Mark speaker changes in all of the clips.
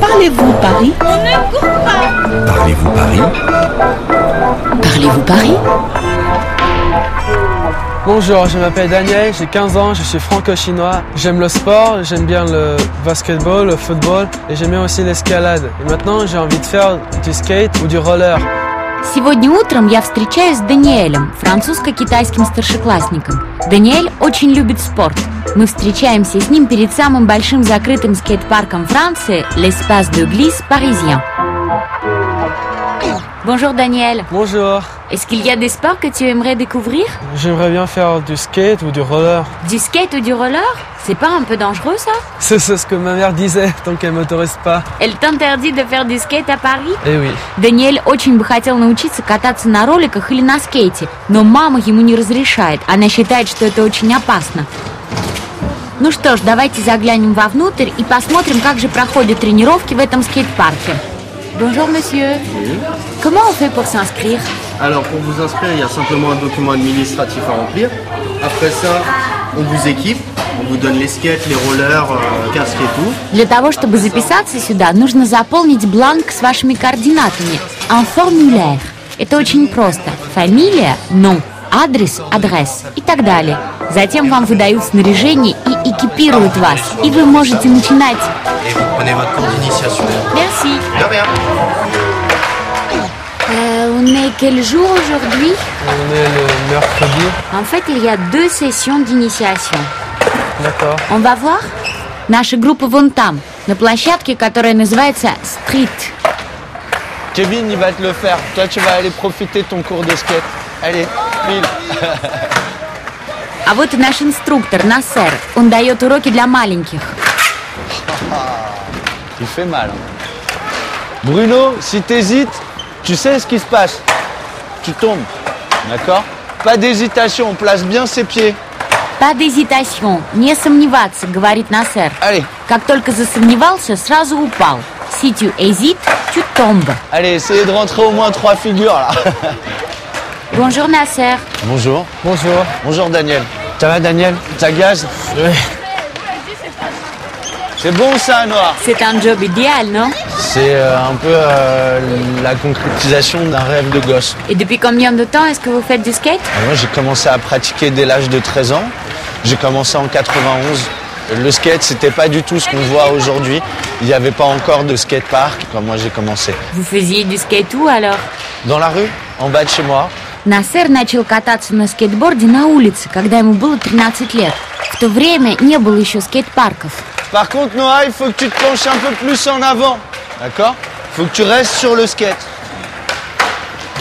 Speaker 1: Parlez-vous Paris
Speaker 2: On ne court pas
Speaker 3: Parlez-vous Paris
Speaker 1: Parlez-vous Paris
Speaker 4: Bonjour, je m'appelle Daniel, j'ai 15 ans, je suis franco-chinois. J'aime le sport, j'aime bien le basketball, le football et j'aime bien aussi l'escalade. Et maintenant, j'ai envie de faire du skate ou du roller.
Speaker 5: Сегодня утром я встречаюсь с Даниэлем, французско-китайским старшеклассником. Даниэль очень любит спорт. Мы встречаемся с ним перед самым большим закрытым скейт-парком Франции L'Espace de Glisse Parisien. Bonjour Daniel.
Speaker 4: Bonjour,
Speaker 5: Est-ce qu'il y a des sports que tu aimerais découvrir
Speaker 4: j'aimerais bien faire du skate ou du roller.
Speaker 5: Du skate ou du roller C'est pas un peu dangereux ça
Speaker 4: C'est c'est ce que ma mère disait, tant qu'elle m'autorise pas.
Speaker 5: Elle t'interdit de faire du skate à Paris
Speaker 4: Eh oui.
Speaker 5: Даниэль очень бы хотел научиться кататься на роликах или на скейте, но мама ему не разрешает. Она считает, что это очень опасно. Ну что ж, давайте заглянем вовнутрь и посмотрим, как же проходят тренировки в этом скейт-парке. Bonjour, monsieur. Comment on fait pour s'inscrire
Speaker 6: Alors pour vous inscrire, il y a simplement un document administratif à remplir. Après ça, on vous équipe, on vous donne les skates, les rollers, euh, casques et tout.
Speaker 5: Для того, чтобы записаться сюда, нужно заполнить бланк с вашими координатами. Un formulaire. Это очень просто. Фамилия – nom, адрес – адрес и так далее. Затем вам выдают снаряжение и экипируют вас, и вы можете начинать.
Speaker 6: Et vous prenez votre cours d'initiation.
Speaker 5: Merci.
Speaker 6: De rien.
Speaker 5: Euh, on est quel jour aujourd'hui
Speaker 4: On est le mercredi,
Speaker 5: En fait, il y a deux sessions d'initiation.
Speaker 4: d'accord.
Speaker 5: On va voir Наша группа вон там, на площадке, которая называется «Стрит».
Speaker 7: Kevin, il va te le faire. Toi, tu vas aller profiter de ton cours de skate. Allez, file.
Speaker 5: А вот и наш инструктор, Насер. Он дает уроки для маленьких.
Speaker 7: Il fait mal. hein. Bruno, si t'hésites, tu sais ce qui se passe. Tu tombes. D'accord Pas d'hésitation, on place bien ses pieds.
Speaker 5: Под hesitation, не сомневаться, говорит Насер.
Speaker 7: Allez,
Speaker 5: Как только засомневался, сразу упал. Si tu hésites, tu tombes.
Speaker 7: allez, essayez de rentrer au moins trois figures là.
Speaker 5: Bonjour, Насер.
Speaker 7: Bonjour.
Speaker 4: Bonjour.
Speaker 7: Bonjour Daniel. Ça va Daniel Ça gaz C'est bon ça, Noir
Speaker 5: C'est un job idéal, non
Speaker 7: C'est euh, un peu euh, la concrétisation d'un rêve de gosse.
Speaker 5: Et depuis combien de temps est-ce que vous faites du skate
Speaker 7: Moi, Ah j'ai commencé à pratiquer dès l'âge de 13 ans. J'ai commencé en 91. Le skate, c'était pas du tout ce qu'on voit aujourd'hui. Il n'y avait pas encore de skatepark quand moi j'ai commencé.
Speaker 5: Vous faisiez du skate où alors
Speaker 7: Dans la rue, en bas de chez moi,
Speaker 5: Насер начал кататься на скейтборде на улице, когда ему было 13 лет. В то время не было еще скейт-парков.
Speaker 7: Par contre, Noah, il faut que tu te penches un peu plus en avant. D'accord Faut que tu restes sur le skate.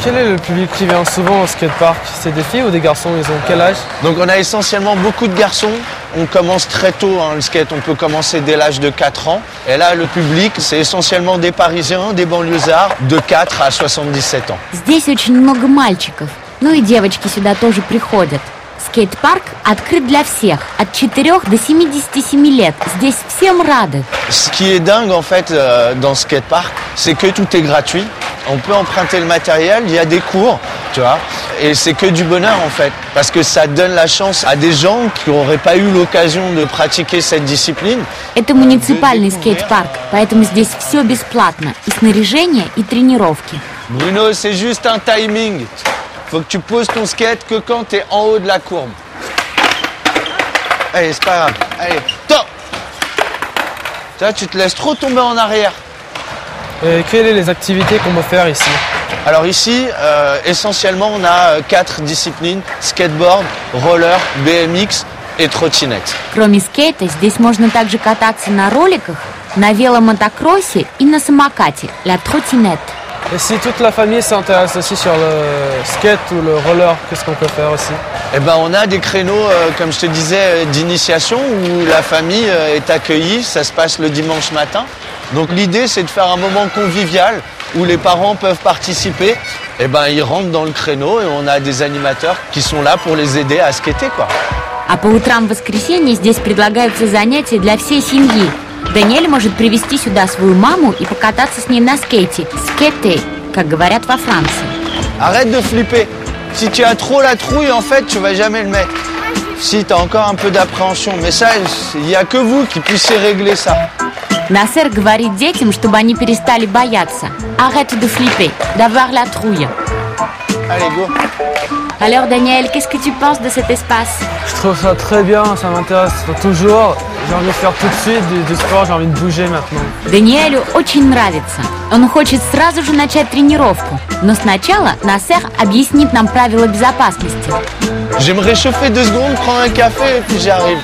Speaker 4: Quel est le public qui vient souvent au skatepark C'est des filles ou des garçons Ils ont quel âge
Speaker 7: Donc, on a essentiellement beaucoup de garçons. On commence très tôt hein, le skate. On peut commencer dès l'âge de 4 ans. Et là, le public, c'est essentiellement des Parisiens, des banlieusards, de 4 à 77 ans.
Speaker 5: Здесь очень много мальчиков. Ну и девочки сюда тоже приходят. Скейт-парк открыт для всех, от 4 до 77 лет. Здесь всем рады.
Speaker 7: Ce qui est dingue en fait euh, dans ce skatepark, c'est que tout est gratuit. On peut emprunter le matériel, il y a des cours, tu vois. Et c'est que du bonheur en fait, parce que ça donne la chance à des gens qui n'auraient pas eu l'occasion de pratiquer cette discipline.
Speaker 5: Это муниципальный скейт-парк, поэтому здесь все бесплатно. И снаряжение, и тренировки.
Speaker 7: Bruno, c'est juste un timing. Faut que tu poses ton skate que quand t'es en haut de la courbe. Allez, c'est pas grave. Allez, top Toi, tu te laisses trop tomber en arrière.
Speaker 4: Et Euh, quelles sont les activités qu'on peut faire ici
Speaker 7: Alors ici, euh, essentiellement, on a euh, quatre disciplines, skateboard, roller, BMX et trottinette.
Speaker 5: Кроме скейта, здесь можно также кататься на роликах, на веломотокроссе и на самокате «La trottinette».
Speaker 4: Et si toute la famille s'intéresse aussi sur le skate ou le roller, qu'est-ce qu'on peut faire aussi
Speaker 7: Eh ben, on a des créneaux, euh, comme je te disais, euh, d'initiation où la famille euh, est accueillie. Ça se passe le dimanche matin. Donc l'idée, c'est de faire un moment convivial où les parents peuvent participer. Eh ben, ils rentrent dans le créneau et on a des animateurs qui sont là pour les aider à skater, quoi.
Speaker 5: А по утрам в воскресенье здесь предлагаются занятия для всей семьи. Даниэль может привести сюда свою маму и покататься с ней на скейте. Скейте, как говорят во Франции.
Speaker 7: Arrête de flipper. Si tu as trop la trouille, en fait, tu vas jamais le mettre. Si tu as encore un peu d'appréhension, mais ça, il n'y a que vous qui puissiez régler ça.
Speaker 5: Nasser говорит детям, чтобы они перестали бояться. Arrête de flipper, d'avoir la trouille.
Speaker 7: Allez, go
Speaker 5: Alors Daniel, qu'est-ce que tu penses de cet espace
Speaker 4: Je trouve ça très bien, ça m'intéresse toujours. J'ai envie de faire tout de suite du, du sport, j'ai envie de bouger maintenant.
Speaker 5: Даниэлю очень нравится. Он хочет сразу же начать тренировку. Но сначала Насер объяснит нам правила безопасности.
Speaker 7: Je vais me réchauffer deux secondes, prendre un café et puis j'arrive.